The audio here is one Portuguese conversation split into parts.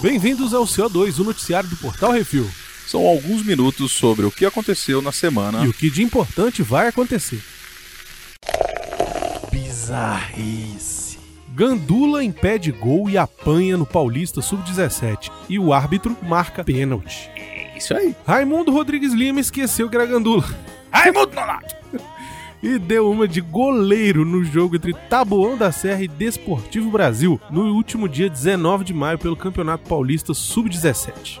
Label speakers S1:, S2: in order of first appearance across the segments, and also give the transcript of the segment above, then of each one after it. S1: Bem-vindos ao CO2, o noticiário do Portal Refil.
S2: São alguns minutos sobre o que aconteceu na semana.
S1: E o que de importante vai acontecer?
S3: Bizarrice.
S1: Gandula impede gol e apanha no Paulista Sub-17 e o árbitro marca pênalti.
S2: É Isso aí.
S1: Raimundo Rodrigues Lima esqueceu que era Gandula
S2: Raimundo Nonato.
S1: e deu uma de goleiro no jogo entre Taboão da Serra e Desportivo Brasil no último dia 19 de maio pelo Campeonato Paulista Sub-17.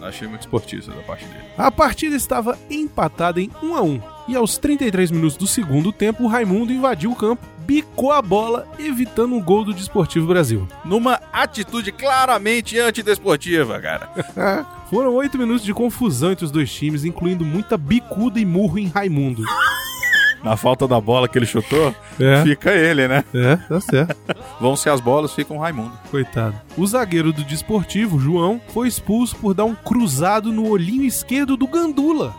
S2: Achei muito esportista da parte dele.
S1: A partida estava empatada em 1 a 1 e aos 33 minutos do segundo tempo, o Raimundo invadiu o campo, bicou a bola, evitando um gol do Desportivo Brasil.
S2: Numa atitude claramente antidesportiva, cara.
S1: É, Foram 8 minutos de confusão entre os dois times, incluindo muita bicuda e murro em Raimundo.
S2: Na falta da bola que ele chutou,
S1: É,
S2: fica ele, né?
S1: é, tá certo.
S2: Vão ser as bolas, fica um Raimundo.
S1: Coitado. O zagueiro do Desportivo, João, foi expulso por dar um cruzado no olhinho esquerdo do Gandula.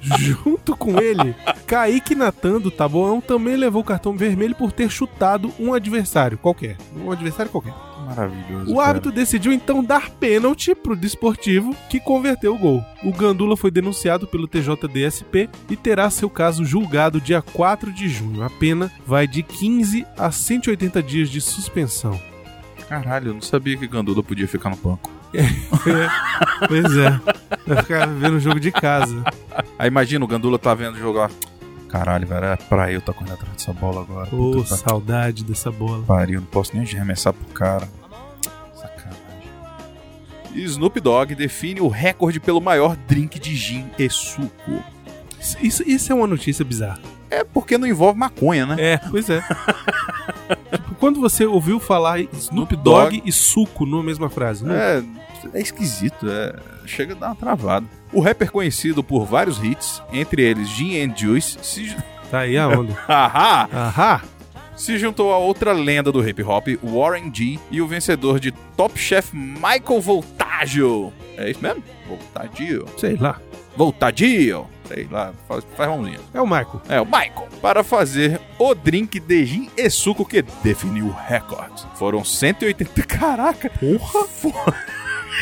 S1: Junto com ele, Kaique Natan do Taboão também levou o cartão vermelho por ter chutado um adversário qualquer. Um adversário qualquer.
S2: Maravilhoso.
S1: O árbitro decidiu então dar pênalti pro Desportivo, que converteu o gol. O Gandula foi denunciado pelo TJDSP e terá seu caso julgado dia 4 de junho. A pena vai de 15 a 180 dias de suspensão.
S2: Caralho, eu não sabia que Gandula podia ficar no banco.
S1: Pois é. Vai ficar vendo o jogo de casa.
S2: Aí imagina, o Gandula tá vendo jogar. Caralho, velho, é pra eu tá correndo atrás dessa bola agora.
S1: Ô,
S2: Puta que
S1: saudade dessa bola.
S2: pariu, não posso nem arremessar pro cara. Sacanagem. E Snoop Dogg define o recorde pelo maior drink de gin e suco.
S1: Isso, isso, isso é uma notícia bizarra.
S2: É porque não envolve maconha, né?
S1: É, pois é. Tipo, quando você ouviu falar Snoop Dogg e suco numa mesma frase, né?
S2: É, é esquisito, é- chega a dar uma travada. O rapper conhecido por vários hits, entre eles Gin and Juice, se, ju-
S1: Tá aí a onda.
S2: Haha!
S1: Ahá!
S2: se juntou a outra lenda do hip hop, Warren G, e o vencedor de Top Chef Michael Voltaggio. É isso mesmo? Voltaggio.
S1: Sei lá.
S2: Voltaggio. Sei lá, faz, faz mãozinha.
S1: É o Michael.
S2: É, o Michael. Para fazer o drink de gin e suco que definiu o recorde. Foram 180... Caraca!
S1: Porra!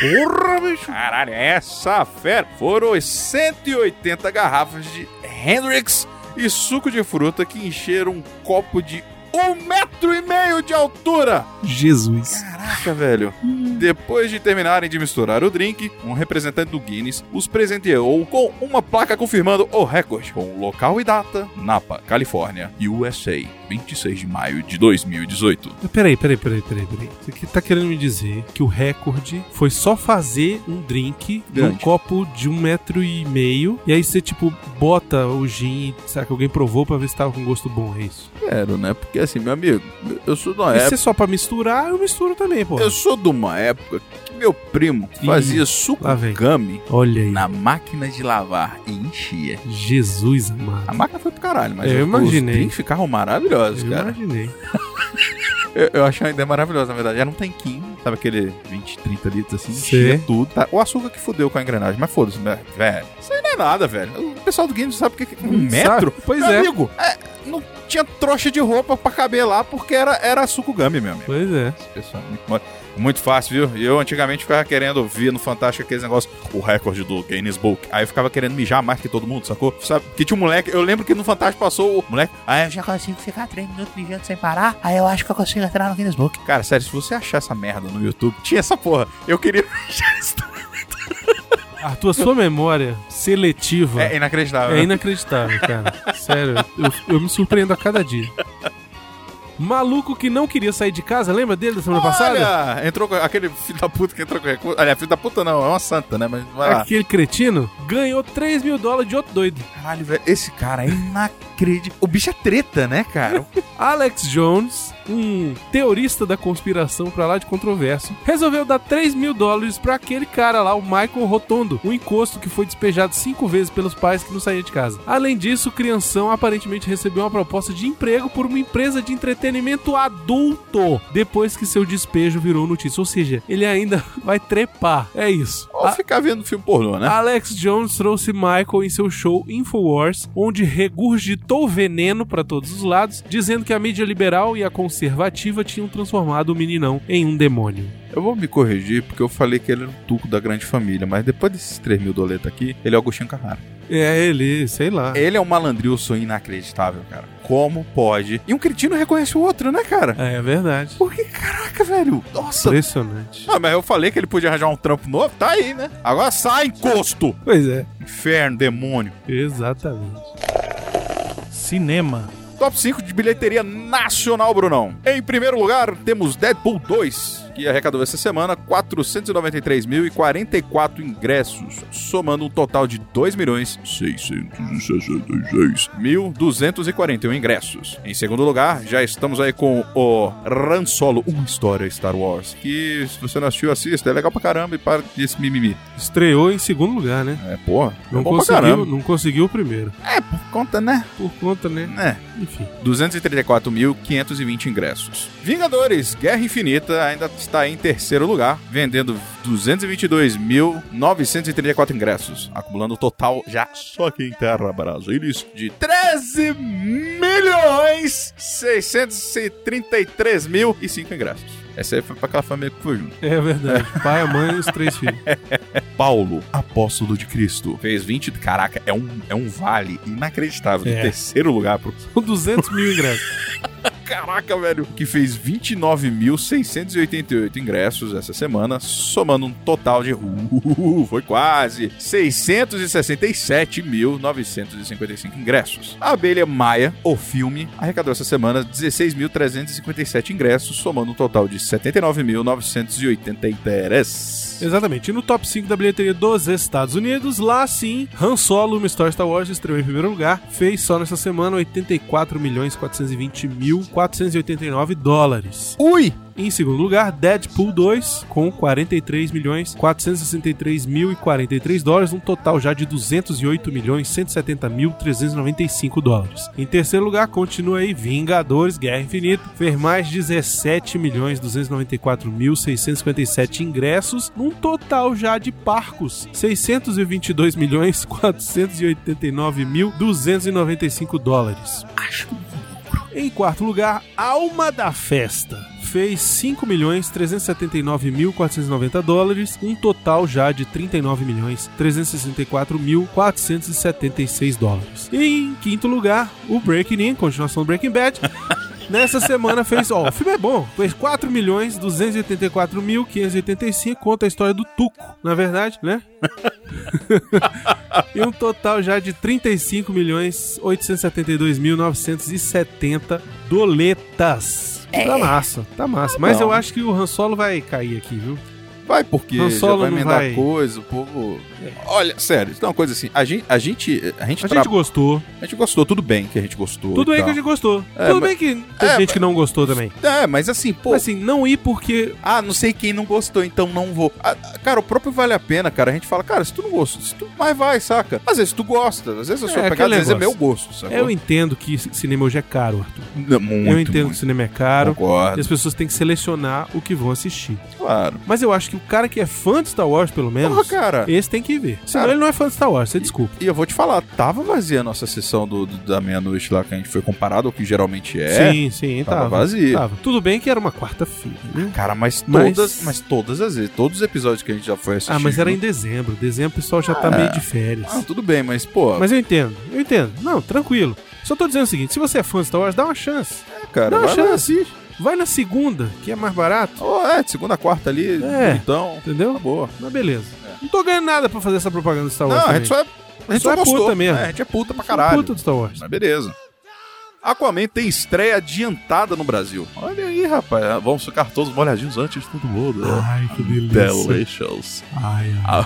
S1: Porra, bicho!
S2: Caralho, é essa fera! Foram 180 garrafas de Hendrix e suco de fruta que encheram um copo de um metro e meio de altura!
S1: Jesus.
S2: Caraca, velho. Depois de terminarem de misturar o drink, um representante do Guinness os presenteou com uma placa confirmando o recorde, com local e data, Napa, Califórnia, USA, 26 de maio de 2018.
S1: Peraí, peraí, peraí, peraí, peraí. Você que tá querendo me dizer que o recorde foi só fazer um drink num
S2: Grande.
S1: copo de um metro e meio. E aí você, tipo, bota o gin e será que alguém provou pra ver se tava com gosto bom, é isso?
S2: Quero, né? Porque assim, meu amigo, eu sou de uma
S1: E se é só pra misturar, eu misturo também, pô.
S2: Ah, Eu sou de uma época que meu primo
S1: Ih,
S2: fazia
S1: lá vem.
S2: sucame
S1: Olha aí.
S2: na máquina de lavar e enchia.
S1: Jesus amado.
S2: A máquina foi pro caralho, mas
S1: Eu
S2: os-
S1: imaginei.
S2: os drinks ficavam maravilhosos,
S1: Eu
S2: cara.
S1: imaginei.
S2: Eu, eu achei uma ideia maravilhosa, na verdade. Era um tanquinho, sabe aquele 20, 30 litros assim,
S1: Sei.
S2: enchia tudo. Tá, O açúcar que fudeu com a engrenagem, mas foda-se, né? velho. Isso aí não é nada, velho. O pessoal do game sabe o que que- um metro?
S1: Hum, Sabe? Pois
S2: meu
S1: é.
S2: amigo, é, não tinha trouxa de roupa pra caber lá porque era, era suco gummy, meu amigo.
S1: Pois é.
S2: Esse pessoal é muito, mo- muito fácil, viu? E Eu antigamente ficava querendo ouvir no Fantástico aqueles negócios, o recorde do Guinness Book. Aí eu ficava querendo mijar mais que todo mundo, sacou? Sabe? Que tinha um moleque, eu lembro que no Fantástico passou o moleque. Aí eu já consigo ficar três minutos mijando sem parar. Aí eu acho que eu consigo entrar no Guinness Book. Cara, sério, se você achar essa merda no YouTube, tinha essa porra. Eu queria mijar isso.
S1: Arthur, a sua memória seletiva
S2: É
S1: é,
S2: inacreditável. né?
S1: inacreditável, cara. Sério, eu, eu me surpreendo a cada dia. Maluco que não queria sair de casa, lembra dele da semana passada?
S2: Olha, entrou com aquele filho da puta que entrou com recurso. Aliás, filho da puta não, é uma santa, né? Mas vai lá.
S1: Aquele cretino ganhou 3 mil dólares de outro doido.
S2: Caralho, velho, esse cara é inacreditável. O bicho é treta, né, cara?
S1: Alex Jones, um teorista da conspiração pra lá de controverso, resolveu dar 3 mil dólares pra aquele cara lá, o Michael Rotondo, um encosto que foi despejado cinco vezes pelos pais que não saía de casa. Além disso, o crianção aparentemente recebeu uma proposta de emprego por uma empresa de entretenimento adulto, depois que seu despejo virou notícia. Ou seja, ele ainda vai trepar. É isso.
S2: Ou
S1: A-
S2: ficar vendo filme pornô, né?
S1: Alex Jones trouxe Michael em seu show Infowars, onde regurgitou veneno pra todos os lados, dizendo que a mídia liberal e a, cons- preservativa tinham transformado o meninão em um demônio.
S2: Eu vou me corrigir porque eu falei que ele era um tuco da grande família, mas depois desses 3 mil doletas aqui, ele é o Agostinho Carrara.
S1: É ele, sei lá.
S2: Ele é um malandrilson inacreditável, cara. Como pode? E um cretino reconhece o outro, né, cara?
S1: É, é verdade.
S2: Por que, caraca, velho? Nossa.
S1: Impressionante.
S2: Ah, mas eu falei que ele podia arranjar um trampo novo, tá aí, né? Agora sai, encosto!
S1: Pois é,
S2: Inferno, demônio.
S1: exatamente.
S3: Cinema.
S2: Top 5 de bilheteria nacional, Brunão. Em primeiro lugar, temos Deadpool 2, que arrecadou essa semana 493.044 ingressos, somando um total de 2.666.241 ingressos. Em segundo lugar, já estamos aí com o Ran Solo, uma história Star Wars, que se você não assistiu, assista, é legal pra caramba e para desse mimimi.
S1: Estreou em segundo lugar, né?
S2: É, porra, é
S1: Não
S2: bom pra
S1: conseguiu, né?
S2: caramba.
S1: não conseguiu o primeiro.
S2: É, por conta, né?
S1: Por conta, né?
S2: É.
S1: Enfim.
S2: 234.520 ingressos. Vingadores Guerra Infinita ainda está em terceiro lugar, vendendo 222.934 ingressos, acumulando o total já só aqui em terra brasileiros de 13 milhões 633 mil e 5 ingressos. Essa aí foi pra aquela família que foi junto.
S1: É verdade. É. Pai, a mãe e os três filhos.
S2: Paulo, apóstolo de Cristo, fez 20. Caraca, é um, é um vale inacreditável.
S1: É.
S2: De terceiro lugar pro
S1: São 200 mil ingressos.
S2: Caraca, velho. Que fez 29.688 ingressos essa semana, somando um total de. Uh, foi quase 667.955 ingressos. A Abelha Maia, o filme, arrecadou essa semana 16.357 ingressos, somando um total de 79.983.
S1: Exatamente. E no top 5 da bilheteria dos Estados Unidos, lá sim, Han Solo, uma história Star Wars, estreou em primeiro lugar, fez só nessa semana 84 milhões 420 mil 489 dólares.
S2: Ui!
S1: Em segundo lugar, Deadpool 2, com 43 milhões 463 mil e 43 dólares, um total já de 208 milhões 170 mil 395 dólares. Em terceiro lugar, continua aí Vingadores Guerra Infinita, fez mais 17 milhões 294 mil 657 ingressos, num total já de parcos 622 milhões 489 mil 295 dólares. Em quarto lugar, Alma da Festa. Fez 5.379.490 dólares, um total já de 39.364.476 dólares. E em quinto lugar, o Breaking In, continuação do Breaking Bad. Nessa semana fez, ó, o filme é bom, fez 4 milhões conta a história do Tuco, na verdade, né? e um total já de 35 milhões 872.970 doletas. Tá massa, tá massa. Mas
S2: Não.
S1: eu acho que o Han Solo vai cair aqui, viu?
S2: Vai, porque
S1: Han
S2: já
S1: Solo
S2: vai
S1: não
S2: emendar
S1: vai.
S2: coisa, o povo. Olha, sério, isso é uma coisa assim. A gente. A gente, a gente,
S1: A
S2: tra-
S1: gente gostou.
S2: a gente gostou, tudo bem que a gente gostou.
S1: Tudo
S2: e
S1: bem que
S2: tal.
S1: a gente gostou.
S2: É,
S1: Tudo
S2: mas-
S1: bem que tem
S2: é,
S1: gente que não gostou também.
S2: É, mas assim, pô.
S1: Mas, assim, não ir porque
S2: Ah, não sei quem não gostou, então não vou. Ah, ah, cara, o próprio vale a pena, cara. A gente fala, cara, se tu não gosta, se tu mais vai, saca? Às vezes tu gosta, às vezes a sua
S1: É,
S2: pegada,
S1: aquele
S2: às vezes é meu
S1: negócio.
S2: gosto, saca?
S1: eu entendo que c- cinema hoje é caro, Arthur.
S2: Não, muito,
S1: eu entendo que
S2: muito.
S1: cinema é caro. E
S2: Concordo,
S1: as pessoas têm que selecionar o que vão assistir.
S2: claro.
S1: Mas eu acho que o cara que é fã de Star Wars, pelo menos,
S2: Porra, cara.
S1: esse tem que ver. Senão
S2: Cara.
S1: ele não é fã de Star Wars, você desculpa.
S2: E eu vou te falar, tava vazia a nossa sessão do, do- da meia-noite lá que a gente foi comparado ao que geralmente é.
S1: sim, sim,
S2: tava
S1: tava.
S2: vazio.
S1: tava. Tudo bem que era uma quarta-feira, né?
S2: Cara, mas
S1: Mas-
S2: todas, mas... todas as vezes, todos os episódios que a gente já foi assistir.
S1: Ah, mas era em
S2: junto-
S1: dezembro. Dezembro o pessoal já tá meio de férias.
S2: Ah, tudo bem, mas pô,
S1: Mas eu entendo, eu entendo. Não, tranquilo. Só tô dizendo o seguinte: se você é fã de Star Wars, dá uma chance.
S2: cara,
S1: dá uma
S2: vai lá.
S1: chance. Vai na segunda, que é mais barato,
S2: Ó, é, de segunda a quarta ali,
S1: É.
S2: então, tá
S1: entendeu?
S2: boa.
S1: Mas beleza. Não tô ganhando nada pra fazer essa propaganda do Star Wars.
S2: Não, a
S1: também.
S2: gente só é, a gente só
S1: Só é
S2: gostou.
S1: puta mesmo.
S2: É, a gente é puta pra
S1: Sou
S2: caralho.
S1: puto do Star Wars.
S2: Mas beleza. Aquaman tem estreia adiantada no Brasil. Olha aí, rapaz. Vamos ficar todos molhadinhos antes de todo mundo. né?
S1: Ai, que delícia.
S2: Delicious.
S1: Ai, ai.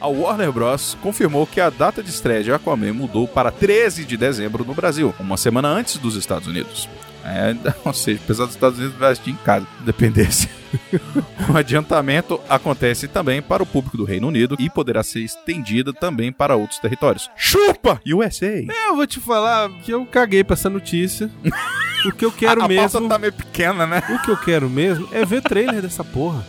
S2: A Warner Bros. confirmou que a data de estreia de Aquaman mudou para 13 de dezembro no Brasil, uma semana antes dos Estados Unidos. É, ou seja, apesar dos Estados Unidos vai assistir em casa, dependesse. o adiantamento acontece também para o público do Reino Unido e poderá ser estendida também para outros territórios. Chupa! USA!
S1: Eu vou te falar que eu caguei pra essa notícia. O que eu quero
S2: a, a pauta
S1: mesmo.
S2: tá meio pequena, né?
S1: O que eu quero mesmo é ver trailer dessa porra.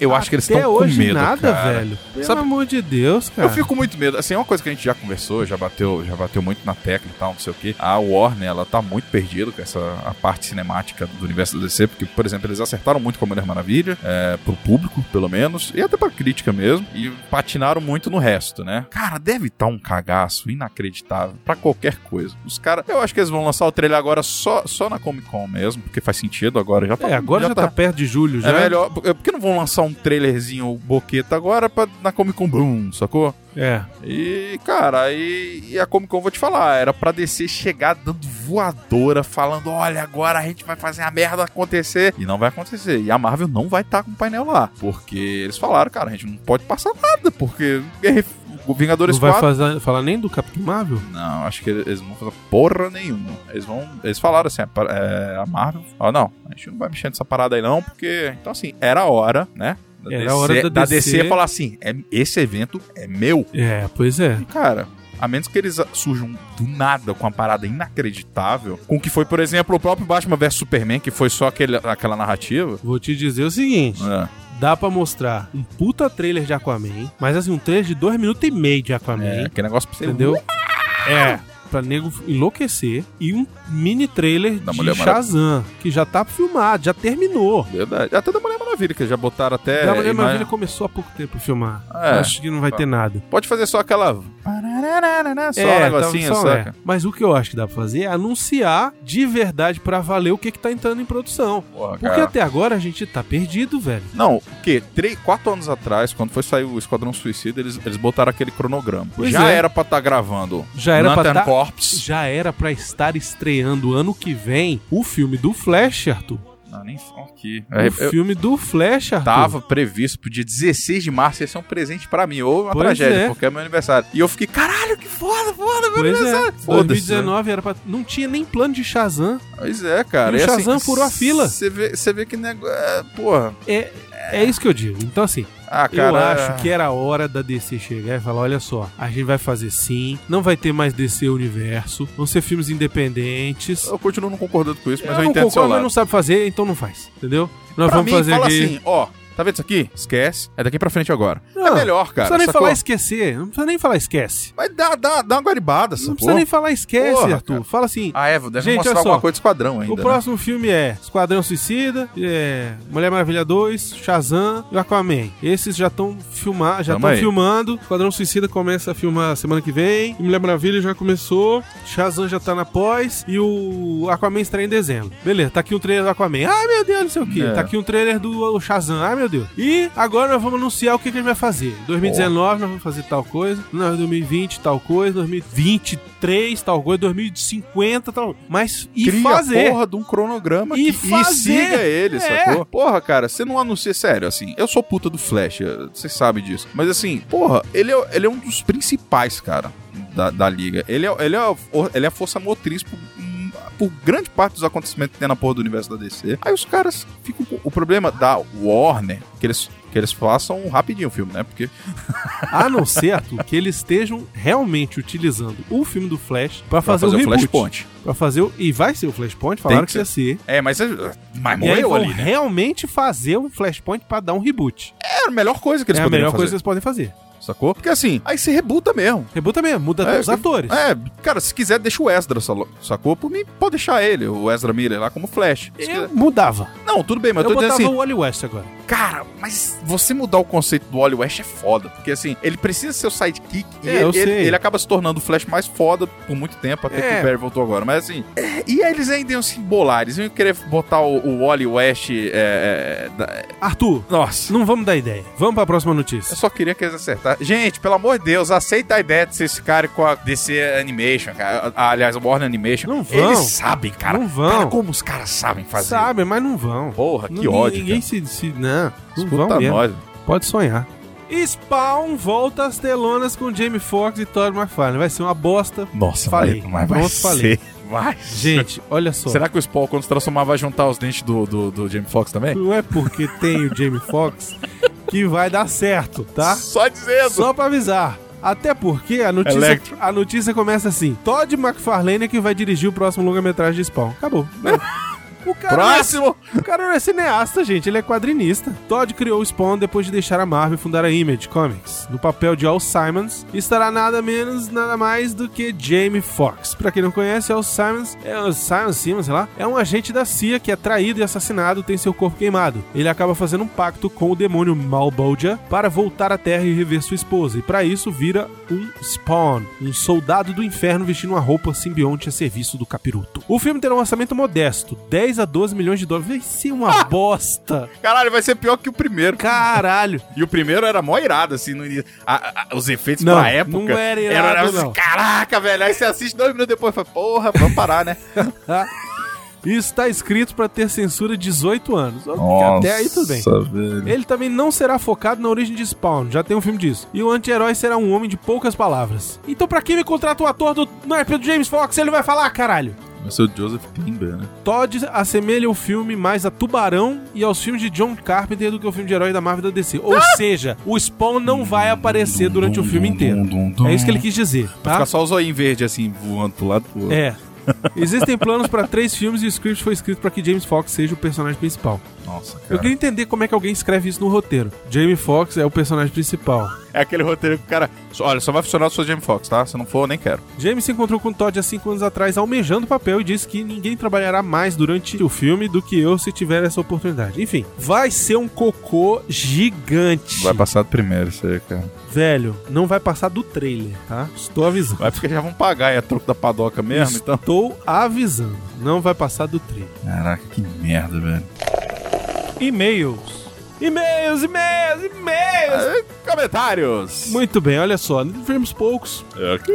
S2: Eu acho que eles
S1: Até
S2: estão com
S1: hoje
S2: medo,
S1: nada,
S2: cara.
S1: velho. Pelo
S2: Sabe-
S1: amor de Deus, cara.
S2: Eu fico muito medo. Assim, é uma coisa que a gente já conversou, já bateu, já bateu muito na tecla e tal, não sei o quê. A Warner, ela tá muito perdida com essa a parte cinemática do universo da DC, porque, por exemplo, eles acertaram muito com a Mulher Maravilha, é, pro público, pelo menos, e até pra crítica mesmo, e patinaram muito no resto, né? Cara, deve estar um cagaço inacreditável pra qualquer coisa. Os caras, eu acho que eles vão lançar o trailer agora só, só na Comic Con mesmo, porque faz sentido agora. Já tá,
S1: É, agora já, tá perto de julho, já.
S2: É melhor. Por por que não vão lançar um trailerzinho boqueta agora pra, na Comic Con Boom, sacou?
S1: É.
S2: E, cara, aí e a Comic Con, vou te falar, era pra descer chegar dando voadora, falando: olha, agora a gente vai fazer a merda acontecer. E não vai acontecer. E a Marvel não vai estar com o painel lá. Porque eles falaram, cara, a gente não pode passar nada, porque Guerra- o Vingadores
S1: Não vai
S2: 4.
S1: fazer- falar nem do Capitão Marvel?
S2: Não, acho que eles não vão fazer porra nenhuma. Eles vão. Eles falaram assim, "Para- é, a Marvel. Ó, não, a gente não vai mexer nessa parada aí, não, porque. Então, assim, era a hora, né? Da
S1: Era a hora da
S2: da DC
S1: DC.
S2: falar assim: "É- esse evento é meu.
S1: É, pois é.
S2: E, cara, a menos que eles surjam do nada com uma parada inacreditável, com o que foi, por exemplo, o próprio Batman vs Superman, que foi só aquele, aquela narrativa.
S1: Vou te dizer o seguinte:
S2: É.
S1: dá pra mostrar um puta trailer de Aquaman, mas assim, um trailer de dois minutos e meio de
S2: É,
S1: Aquaman,
S2: aquele negócio pra você.
S1: entendeu? É. Pra nego enlouquecer e um mini trailer
S2: Da
S1: de
S2: Mulher Maravilha.
S1: Shazam, que já tá filmado, já terminou.
S2: Verdade. Até da Mulher Maravilha, que já botaram até.
S1: da Mulher
S2: ima-
S1: Maravilha começou há pouco tempo a filmar.
S2: É.
S1: Acho que não vai ter nada.
S2: Pode fazer só aquela. Só um negocinho,
S1: então, só,
S2: saca?
S1: é. Mas o que eu acho que dá pra fazer é anunciar de verdade pra valer o que, que tá entrando em produção.
S2: Porra,
S1: Porque até agora a gente tá perdido, velho.
S2: Não, o quê? Três, quatro anos atrás, quando foi sair o Esquadrão Suicida, eles, eles botaram aquele cronograma.
S1: Pois
S2: já
S1: é.
S2: era pra estar gravando
S1: Já era pra
S2: Lantern
S1: tá-
S2: Corps.
S1: Já era pra estar estreando ano que vem o filme do Flash, Arthur.
S2: Não, nem aqui.
S1: o filme do Flash, Arthur.
S2: É, Tava previsto pro dia 16 de março, ia ser um presente pra mim, ou uma
S1: Pois
S2: tragédia,
S1: é.
S2: porque é meu aniversário. E eu fiquei, caralho, que foda, foda, meu
S1: Pois é,
S2: aniversário. Foda-se, né?
S1: 2019 era pra... Não tinha nem plano de Shazam.
S2: Pois é, cara.
S1: E o Shazam furou a fila.
S2: Você vê, você vê que negócio. É, porra.
S1: É, é isso que eu digo. Então, assim,
S2: Ah, cara.
S1: Eu acho que era a hora da DC chegar e falar: olha só, a gente vai fazer sim, não vai ter mais DC Universo, vão ser filmes independentes.
S2: Eu continuo não concordando com isso, mas eu,
S1: é- não
S2: entendo o seu
S1: concordo, mas
S2: lado.
S1: não sabe fazer, então não faz, entendeu? Nós
S2: pra
S1: vamos
S2: mim,
S1: fazer
S2: fala
S1: aqui.
S2: assim, ó, tá vendo isso aqui? Esquece. É daqui pra frente agora.
S1: Não,
S2: é melhor, cara.
S1: não precisa nem
S2: sacou?
S1: falar esquecer, não precisa nem falar esquece.
S2: Mas dá, dá, dá uma guaribada, essa
S1: Não precisa
S2: porra.
S1: nem falar esquece,
S2: Porra,
S1: Arthur.
S2: cara.
S1: Fala assim.
S2: Ah, é, deve
S1: Gente,
S2: mostrar
S1: olha só.
S2: alguma coisa do esquadrão ainda.
S1: o
S2: né?
S1: próximo filme é Esquadrão Suicida, é Mulher Maravilha 2, Shazam e Aquaman. Esses já estão filmar, já
S2: Tamo
S1: estão
S2: aí.
S1: filmando. Esquadrão Suicida começa a filmar semana que vem. E Mulher Maravilha já começou. Shazam já tá na pós e o Aquaman está em dezembro. Beleza, tá aqui um trailer do Aquaman. Ai meu Deus, não sei o que.
S2: É.
S1: Tá aqui um trailer do Shazam. Ai meu Deus. E agora nós vamos anunciar o que, que a gente vai fazer. 2019 nós vamos fazer tal coisa, Não, 2020 tal coisa, 2023 tal coisa, 2050 tal. Mas e
S2: Cria
S1: fazer?
S2: a porra de um cronograma
S1: E
S2: que,
S1: fazer.
S2: e siga ele,
S1: É.
S2: sacou? Porra, cara, você não anuncia, sério, assim, eu sou puta do Flash, eh, você sabe disso. Mas assim, porra, ele é, ele é um dos principais, cara, da, da liga. Ele é, ele, é, a- ele é a força motriz por, hum, por grande parte dos acontecimentos que tem na porra do universo da DC. Aí os caras ficam... com- O problema da Warner, que eles... Que eles façam rapidinho o filme, né? Porque.
S1: A não ser Arthur, que eles estejam realmente utilizando o filme do Flash pra fazer, o reboot.
S2: Flashpoint.
S1: Pra fazer o... E vai ser o Flashpoint, falaram
S2: que
S1: que, ia ser.
S2: É, mas. eh, Mas
S1: E aí
S2: morreu
S1: vão
S2: ali, né?
S1: realmente fazer o Flashpoint pra dar um reboot.
S2: É a melhor coisa que eles
S1: é a
S2: poderiam
S1: melhor
S2: fazer.
S1: coisa que eles podem fazer.
S2: Sacou? Porque assim, aí você rebuta mesmo.
S1: Reboot mesmo, muda
S2: É,
S1: até os
S2: que-
S1: atores.
S2: É, cara, se quiser, deixa o Ezra, salo- sacou? Por mim, pode deixar ele, o Ezra Miller lá como Flash. Se
S1: Eu
S2: quiser-
S1: mudava.
S2: Não, tudo bem, mas
S1: Eu,
S2: eu, tô
S1: botava
S2: dizendo assim,
S1: o Wally West agora.
S2: cara, mas você mudar o conceito do Wally West é foda, porque assim, ele precisa ser o sidekick e
S1: É, eu
S2: ele, ele,
S1: sei.
S2: ele acaba se tornando o Flash mais foda por muito tempo, até que
S1: É.
S2: o Barry voltou agora, mas assim, é, e aí eles ainda iam se embolar, eles iam querer botar o, o Wally West, é, é, da-
S1: Arthur,
S2: nossa...
S1: não vamos dar ideia. Vamos pra próxima
S2: Eu
S1: notícia.
S2: só queria que eles acertassem. Gente, pelo amor de Deus, aceita a ideia de vocês ficarem com a DC Animation, cara. Ah, Aliás, o Warner Animation.
S1: Não vão.
S2: Eles sabem, cara.
S1: Não vão.
S2: Cara, como os caras sabem fazer.
S1: Sabe, mas não vão.
S2: Porra, que
S1: Não-
S2: ódio,
S1: Ninguém se,
S2: cara.
S1: se... né? Não, não
S2: Escuta
S1: vão mesmo.
S2: nós.
S1: Pode sonhar. Spawn volta às telonas com Jamie Foxx e Todd McFarlane. Vai ser uma bosta.
S2: Nossa,
S1: Falei.
S2: vai-
S1: Pronto,
S2: vai- vai
S1: falei.
S2: ser. Vai.
S1: Gente, olha só.
S2: Será que o Spawn, quando se transformar, vai juntar os dentes do, do, do Jamie Foxx também?
S1: Não é porque tem o Jamie Foxx que vai dar certo, tá?
S2: Só dizendo.
S1: Só pra avisar. Até porque a notícia,
S2: Electro.
S1: a notícia começa assim: Todd McFarlane é que vai dirigir o próximo longa-metragem de Spawn. Acabou. né? O cara não é
S2: Próximo!
S1: O cara não é cineasta, gente, ele é quadrinista. Todd criou o Spawn depois de deixar a Marvel e fundar a Image Comics. No papel de Al Simons estará nada menos, nada mais do que Jamie Foxx. Pra quem não conhece, Al Simons é Al Simons, Simons, sei lá, é um agente da CIA que é traído e assassinado, tem seu corpo queimado. Ele acaba fazendo um pacto com o demônio Malbolgia para voltar à Terra e rever sua esposa. E pra isso vira um Spawn, um soldado do inferno vestindo uma roupa simbionte a serviço do capiroto. O filme terá um orçamento modesto, 10 a 12 milhões de dólares. Vai ser uma bosta.
S2: Caralho, vai ser pior que o primeiro.
S1: Caralho.
S2: E o primeiro era mó irado, assim, no início. A- a- os efeitos
S1: Não,
S2: pra época. assim,
S1: não era irado, não.
S2: Caraca, velho. Aí você assiste dois minutos depois e fala, porra, vamos parar, né?
S1: tá? Isso está escrito pra ter censura 18 anos. Até aí tudo bem.
S4: Velho.
S1: Ele também não será focado na origem de Spawn, já tem um filme disso. E o anti-herói será um homem de poucas palavras. Então pra quem me contrata o ator do naipe do James Fox, ele vai falar, caralho.
S4: Vai ser o Joseph Kimber, né?
S1: Todd assemelha o filme mais a Tubarão e aos filmes de John Carpenter do que o filme de herói da Marvel da DC.
S2: Ah!
S1: Ou seja, o Spawn não vai aparecer durante o filme inteiro. É isso que ele quis dizer,
S2: Vai
S1: tá?
S2: ficar só o zoinho verde, assim, voando pro lado pro outro.
S1: É. Existem planos pra três filmes e o script foi escrito pra que James Fox seja o personagem principal.
S4: Nossa, cara.
S1: Eu queria entender como é que alguém escreve isso no roteiro. James Fox é o personagem principal.
S2: É aquele roteiro que o cara. só- Olha, só vai funcionar se for Jamie Foxx, tá? Se não for, eu nem quero.
S1: James se encontrou com Todd há cinco anos atrás, almejando o papel, e disse que ninguém trabalhará mais durante o filme do que eu se tiver essa oportunidade. Enfim, vai ser um cocô gigante.
S2: Vai passar do primeiro isso aí, cara.
S1: Velho, não vai passar do trailer, tá? Estou avisando.
S2: Vai porque já vão pagar, é truque da padoca mesmo, então.
S1: Estou avisando. Não vai passar do trailer.
S4: Caraca, que merda, velho.
S3: E-mails.
S1: E-mails, e-mails, e-mails.
S2: Comentários! É,
S1: Muito bem, olha só. Vimos poucos,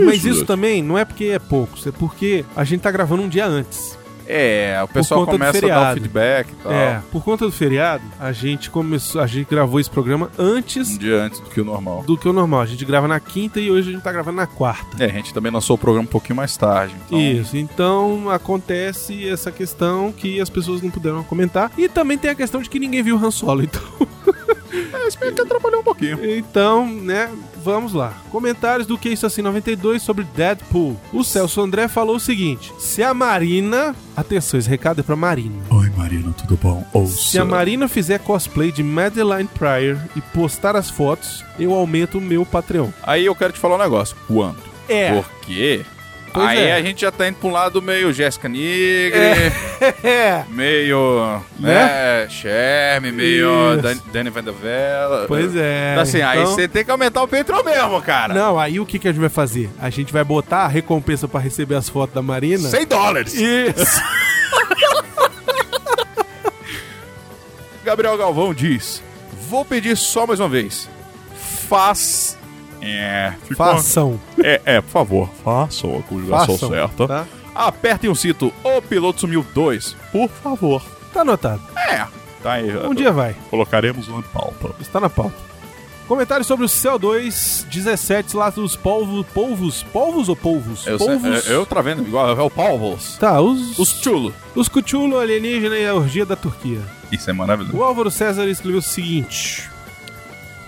S1: mas isso também não é porque é poucos, é porque a gente tá gravando um dia antes.
S2: É, o pessoal
S1: conta do
S2: começa a dar o
S1: feriado.
S2: feedback e tal.
S1: É, por conta do feriado, a gente começou, a gente gravou esse programa antes
S2: Um dia antes do que o normal.
S1: do que o normal. A gente grava na quinta e hoje a gente tá gravando na quarta.
S2: É, a gente também lançou o programa um pouquinho mais tarde. Então...
S1: Isso, então acontece essa questão que as pessoas não puderam comentar. E também tem a questão de que ninguém viu o Han Solo, então,
S2: É, espero que atrapalhou um pouquinho.
S1: então, né, vamos lá. Comentários do Que Isso Assim 92 sobre Deadpool. O Celso André falou o seguinte: se a Marina. Atenção, esse recado é pra Marina.
S4: Oi, Marina, tudo bom?
S1: Se a Marina fizer cosplay de Madeline Pryor e postar as fotos, eu aumento o meu Patreon.
S2: Aí eu quero te falar um negócio. Quanto?
S1: É.
S2: Por quê?
S1: Pois
S2: Aí
S1: é.
S2: a gente já tá indo pra um lado meio Jéssica Nigre,
S1: É.
S2: meio. né? Sherme, meio
S1: Isso.
S2: Dan Danny Vandavella.
S1: Pois é.
S2: Então, assim, aí
S1: então-
S2: você tem que aumentar o Patreon mesmo, cara.
S1: Não, aí o que, que a gente vai fazer? A gente vai botar a recompensa pra receber as fotos da Marina.
S2: 100 dólares.
S1: Isso.
S2: Gabriel Galvão diz: Vou pedir só mais uma vez. Faz. É, ficou-
S1: Façam.
S2: É, é, por favor, façam a conjugação
S1: Façam,
S2: certa.
S1: tá?
S2: Apertem o cinto, o piloto sumiu 2, por favor.
S1: Tá anotado.
S2: É. Tá aí,
S1: Um dia vai.
S2: colocaremos uma pauta.
S1: Está na pauta. Comentário sobre o Céu 2, 17 lá dos polvos. Polvos? Polvos ou polvos?
S2: Eu,
S1: polvos.
S2: eu, eu tá vendo igual é o Palvos.
S1: Tá, os,
S2: Os
S1: os,
S2: Chulo.
S1: os cuchulo alienígena e a orgia da Turquia.
S2: Isso é maravilhoso.
S1: O Álvaro César escreveu o seguinte: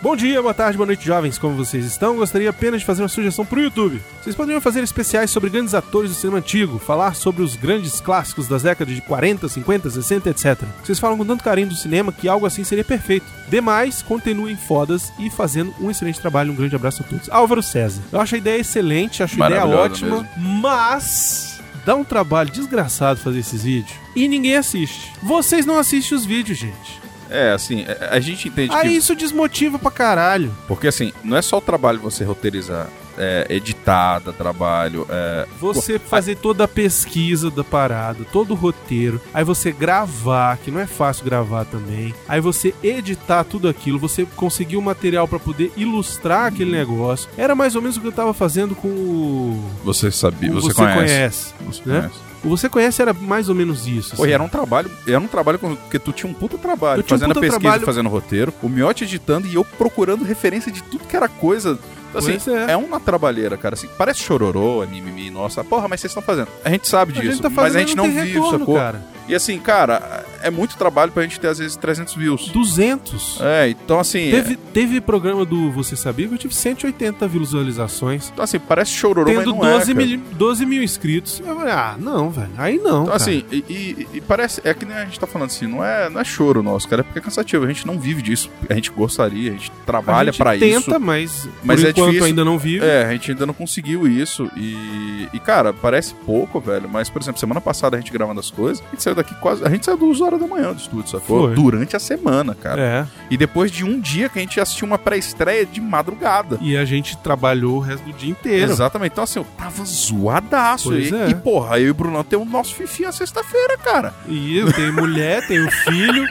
S1: Bom dia, boa tarde, boa noite, jovens. Como vocês estão? Gostaria apenas de fazer uma sugestão pro YouTube. Vocês poderiam fazer especiais sobre grandes atores do cinema antigo, falar sobre os grandes clássicos das décadas de 40, 50, 60, etc. Vocês falam com tanto carinho do cinema que algo assim seria perfeito. Demais, continuem fodas e fazendo um excelente trabalho. Um grande abraço a todos. Álvaro César. Eu acho a ideia excelente, acho a ideia
S2: Maravilhosa
S1: ótima, mas dá um trabalho desgraçado fazer esses vídeos e ninguém assiste. Vocês não assistem os vídeos, gente.
S2: É, assim, a- a gente entende que.
S1: Aí isso desmotiva pra caralho.
S2: Porque assim, não é só o trabalho você roteirizar. É, editar, dá trabalho. É,
S1: Você fazer toda a pesquisa da parada, todo o roteiro, aí você gravar, que não é fácil gravar também, aí você editar tudo aquilo, você conseguir o material pra poder ilustrar aquele
S2: Uhum.
S1: negócio. Era mais ou menos o que eu tava fazendo com o.
S2: você sabia,
S1: o
S2: você, conhece. Você
S1: né?
S2: conhece.
S1: O Você Conhece era mais ou menos isso.
S2: Pô, e
S1: assim.
S2: era um trabalho, era um trabalho com- porque tu tinha um puta trabalho,
S1: Eu tinha um
S2: fazendo a
S1: puta
S2: pesquisa,
S1: trabalho.
S2: fazendo roteiro, o Miotti editando e eu procurando referência de tudo que era coisa. Então, Assim,
S1: Pois é.
S2: é. uma trabalheira, cara. Assim, parece chororô, anime, nossa, porra, mas vocês estão fazendo. A gente
S1: A
S2: sabe um tipo disso,
S1: gente tá
S2: mas
S1: fazendo
S2: a gente não,
S1: tem
S2: vive,
S1: retorno,
S2: sacou?
S1: cara.
S2: E assim, cara, é muito trabalho pra gente ter, às vezes, 300 views.
S1: 200.
S2: É, então assim.
S1: Teve, teve programa do Você Sabia que eu tive 180 visualizações.
S2: Então, assim, parece chororô, mas
S1: Tendo
S2: não
S1: 12,
S2: é, cara.
S1: mil, 12 mil inscritos. Eu falei, ah, não, velho. Aí não.
S2: Então,
S1: cara.
S2: assim, e, e- e parece. É que nem a gente tá falando assim, não é, não é choro nosso, cara, é porque é cansativo. A gente não vive disso. A gente gostaria, a gente trabalha
S1: A gente
S2: pra
S1: tenta,
S2: isso.
S1: mas,
S2: Mas
S1: por
S2: é
S1: enquanto
S2: difícil.
S1: ainda não vive.
S2: É, a gente ainda não conseguiu isso. E, e, cara, parece pouco, velho. Mas, por exemplo, semana passada a gente gravando as coisas, a gente saiu daqui quase. A gente saiu duas horas da manhã do estúdio, sacou?
S1: Foi.
S2: Durante a semana, cara.
S1: É.
S2: E depois de um dia que a gente assistiu uma pré-estreia de madrugada.
S1: E a gente trabalhou o resto do dia inteiro.
S2: Exatamente. Então, assim, eu tava zoadaço.
S1: Pois
S2: e,
S1: é.
S2: e, porra, eu e o Brunão tem o nosso fifi na sexta-feira, cara.
S1: E eu tenho mulher, tenho filho,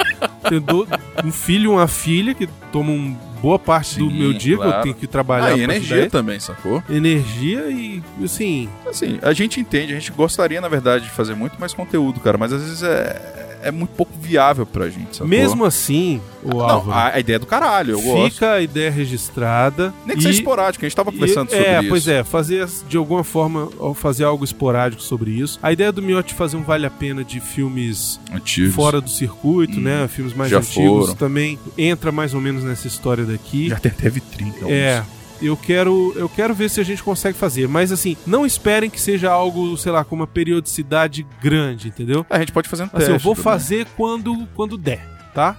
S1: tenho do- um filho e uma filha que tomam boa parte do
S2: Sim,
S1: meu dia, que
S2: claro.
S1: eu tenho que trabalhar. a
S2: Ah, e
S1: partir
S2: energia
S1: daí.
S2: também, sacou?
S1: Energia e, assim,
S2: Assim, a gente entende, a gente gostaria, na verdade, de fazer muito mais conteúdo, cara, mas às vezes é, é muito pouco viável pra gente, sacou?
S1: mesmo assim, o Álvaro,
S2: Não, a, a ideia é do caralho, eu gosto.
S1: fica a ideia registrada.
S2: Nem que seja esporádico, a gente tava conversando
S1: e-
S2: sobre
S1: é,
S2: isso.
S1: pois é, fazer as- de alguma forma ó, fazer algo esporádico sobre isso. A ideia do Miotti fazer um vale a pena de filmes
S2: Antigos.
S1: é. fora do circuito, né? Filmes mais
S2: Hum. já
S1: antigos
S2: foram.
S1: também entra mais ou menos nessa história daqui.
S2: Já então, teve- teve 30.
S1: É. Eu quero, eu quero ver se a gente consegue fazer, mas assim, não esperem que seja algo, sei lá, com uma periodicidade grande, entendeu?
S2: A gente pode fazer um teste.
S1: Assim, eu vou
S2: também. Uhum.
S1: fazer quando quando der, tá?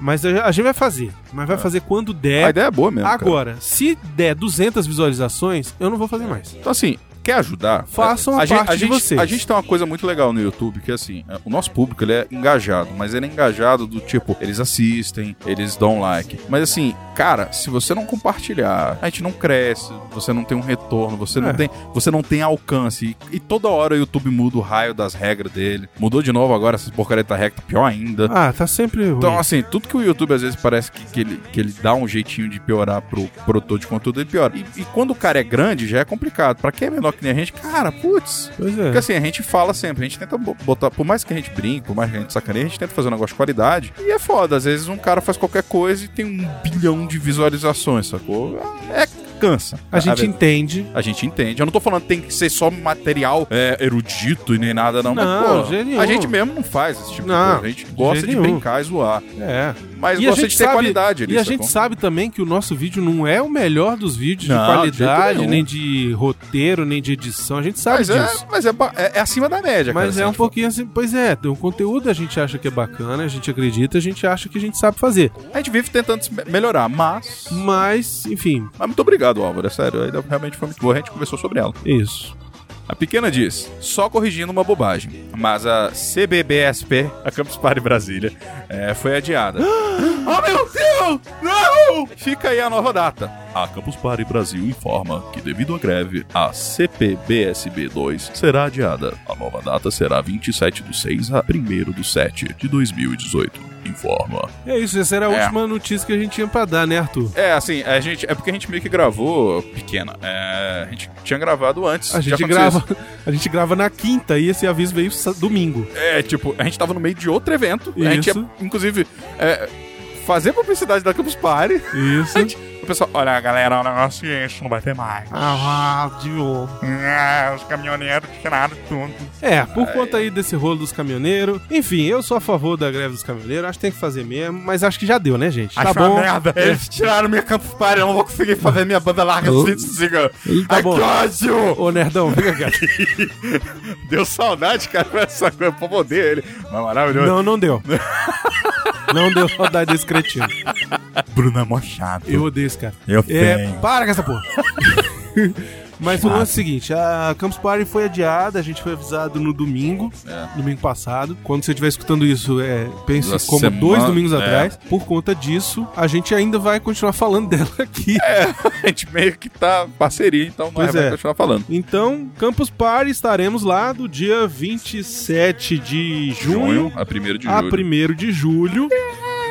S1: Mas a, a gente vai fazer, mas vai fazer quando
S2: A
S1: der.
S2: ideia é boa mesmo, cara.
S1: Agora, se der 200 visualizações, eu não vou fazer mais.
S2: Então, assim, quer ajudar?
S1: Façam a
S2: gente,
S1: parte de
S2: gente,
S1: vocês.
S2: A gente tem uma coisa muito legal no YouTube, que é assim, é, o nosso público, ele é engajado, mas ele é engajado do tipo, eles assistem, eles dão like. Mas assim, cara, se você não compartilhar, a gente não cresce, você não tem um retorno, você
S1: É.
S2: não tem, você não tem alcance. E, e toda hora o YouTube muda o raio das regras dele. Mudou de novo agora essas porcaria da regra, tá pior ainda.
S1: Ah, tá sempre ruim.
S2: Então, assim, tudo que o YouTube às vezes parece que, que ele, que ele dá um jeitinho de piorar pro produtor de conteúdo, ele piora. E, e quando o cara é grande, já é complicado. Pra quem é menor que nem a gente, cara, putz.
S1: pois é.
S2: Porque assim, a gente fala sempre, a gente tenta bo- botar, por mais que a gente brinque, por mais que a gente sacaneie, a gente tenta fazer um negócio de qualidade. E é foda, às vezes um cara faz qualquer coisa e tem um bilhão de visualizações, sacou? É, cansa.
S1: A gente
S2: verdade-
S1: entende.
S2: a gente entende. Eu não tô falando que tem que ser só material é, erudito e nem nada, não.
S1: Não,
S2: mas,
S1: de jeito
S2: pô,
S1: nenhum.
S2: a gente mesmo não faz esse tipo
S1: Não,
S2: de coisa. A gente gosta de,
S1: jeito nenhum.
S2: brincar e zoar.
S1: É.
S2: Mas
S1: E a
S2: gosta
S1: gente
S2: de ter
S1: sabe-
S2: qualidade ali,
S1: E a
S2: sacou?
S1: gente sabe também que o nosso vídeo não é o melhor dos vídeos
S2: Não,
S1: de
S2: de jeito
S1: qualidade,
S2: nenhum.
S1: nem de roteiro, nem de edição. A gente sabe
S2: mas,
S1: disso.
S2: é, mas é, ba- é- é acima da média, cara.
S1: Mas
S2: se
S1: é
S2: a
S1: um
S2: gente for-
S1: pouquinho assim, pois é, o conteúdo a gente acha que é bacana, a gente acredita, a gente acha que a gente sabe fazer.
S2: A gente vive tentando se me- melhorar, mas...
S1: Mas, enfim,
S2: Mas muito obrigado, Álvaro. É sério, a ideia realmente foi muito boa. A gente conversou sobre ela.
S1: é isso.
S2: A pequena diz, só corrigindo uma bobagem, mas a CBBSP, a Campus Party Brasília, é, foi adiada. oh, meu Deus! Não! Fica aí a nova data.
S4: A Campus Party Brasil informa que, devido à greve, a CPBSB2 será adiada. A nova data será 27 do 6 a 1 do 7 de 2018. Informa.
S1: É isso, essa era a
S2: É.
S1: última notícia que a gente tinha pra dar, né, Arthur?
S2: É, assim, a gente, é porque a gente meio que gravou pequena. É, a gente tinha gravado antes.
S1: A
S2: de
S1: gente
S2: acontecer
S1: grava, a gente grava na quinta e esse aviso veio sa- domingo.
S2: É, tipo, a gente tava no meio de outro evento. A gente ia,
S1: Isso.
S2: inclusive, é, fazer publicidade da Campus Party.
S1: Isso.
S2: O pessoal, olha, galera, o negócio é isso, não vai ter mais.
S1: Ah, de novo.
S2: Ah, os caminhoneiros tiraram tudo.
S1: É, por conta aí desse rolo dos caminhoneiros. Enfim, eu sou a favor da greve dos caminhoneiros, acho que tem que fazer mesmo, mas acho que já deu, né, gente?
S2: Acho uma merda. É, Eles tiraram minha Campus Party, eu não vou conseguir fazer minha banda larga
S1: Oh.
S2: assim, siga.
S1: Tá
S2: Ai,
S1: bom.
S2: que ódio!
S1: Ô, Nerdão, fica quieto.
S2: Deu saudade, cara, pra essa coisa, pra poder ele. Mas maravilhoso.
S1: Não, não deu. não deu saudade desse cretino.
S2: Bruna Mochado.
S1: Eu odeio esse cara.
S2: Eu
S1: É, para com essa porra. Mas o lance é o seguinte, a Campus Party foi adiada, a gente foi avisado no domingo,
S2: É.
S1: domingo passado. Quando você estiver escutando isso, é, pense
S2: Da
S1: como
S2: semana-
S1: dois domingos
S2: é.
S1: atrás. Por conta disso, a gente ainda vai continuar falando dela aqui.
S2: A gente meio que tá parceria, então
S1: Pois
S2: nós vamos
S1: é.
S2: continuar falando.
S1: Então, Campus Party estaremos lá do dia 27 de junho
S2: a 1 de
S1: a
S2: julho.
S1: 1 de julho,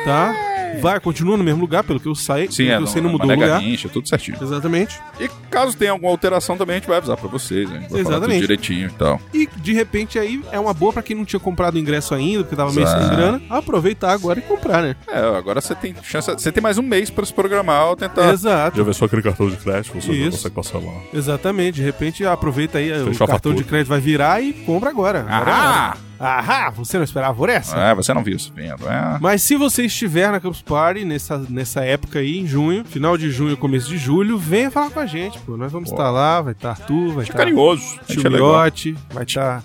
S1: tá? Vai, continua no mesmo lugar, pelo que eu saí.
S2: Sim,
S1: pelo
S2: é,
S1: que eu sei,
S2: não
S1: não mudou o
S2: Mané
S1: lugar.
S2: Garrincha, tudo certinho.
S1: Exatamente.
S2: E caso tenha alguma alteração também, a gente vai avisar pra vocês, né? A gente vai falar tudo
S1: Exatamente.
S2: direitinho e tal.
S1: E de repente aí é uma boa pra quem não tinha comprado o ingresso ainda, porque tava meio sem
S2: Exato.
S1: grana, aproveitar agora e comprar, né?
S2: É, agora você tem chance. Você tem mais um mês pra se programar ou tentar.
S1: Exato.
S4: Já vê só aquele cartão de crédito, você
S1: Isso.
S4: não consegue passar lá.
S1: Exatamente. De repente aproveita aí,
S4: Fechou
S1: o
S4: a
S1: cartão
S4: fatura.
S1: de crédito vai virar e compra agora. Agora é a hora.
S2: Ah!
S1: Ahá, você não esperava por essa?
S2: É, você não viu isso vendo, é.
S1: Mas se você estiver na Campus Party nessa, nessa época aí, em junho, final de junho, começo de julho, venha falar com a gente, pô. Nós vamos
S2: Pô.
S1: estar lá, vai estar Arthur, vai estar
S2: Carinhoso. A gente é
S1: Tio
S2: legal.
S1: Miotti, vai estar